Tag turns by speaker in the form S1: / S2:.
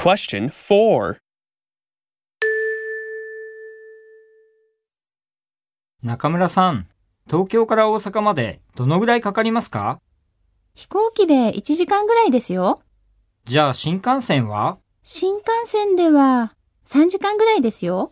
S1: Question 4.
S2: 中村さん、東京から大阪までどのぐらいかかりますか
S3: 飛行機で1時間ぐらいですよ。
S2: じゃあ新幹線は
S3: 新幹線では3時間ぐらいですよ。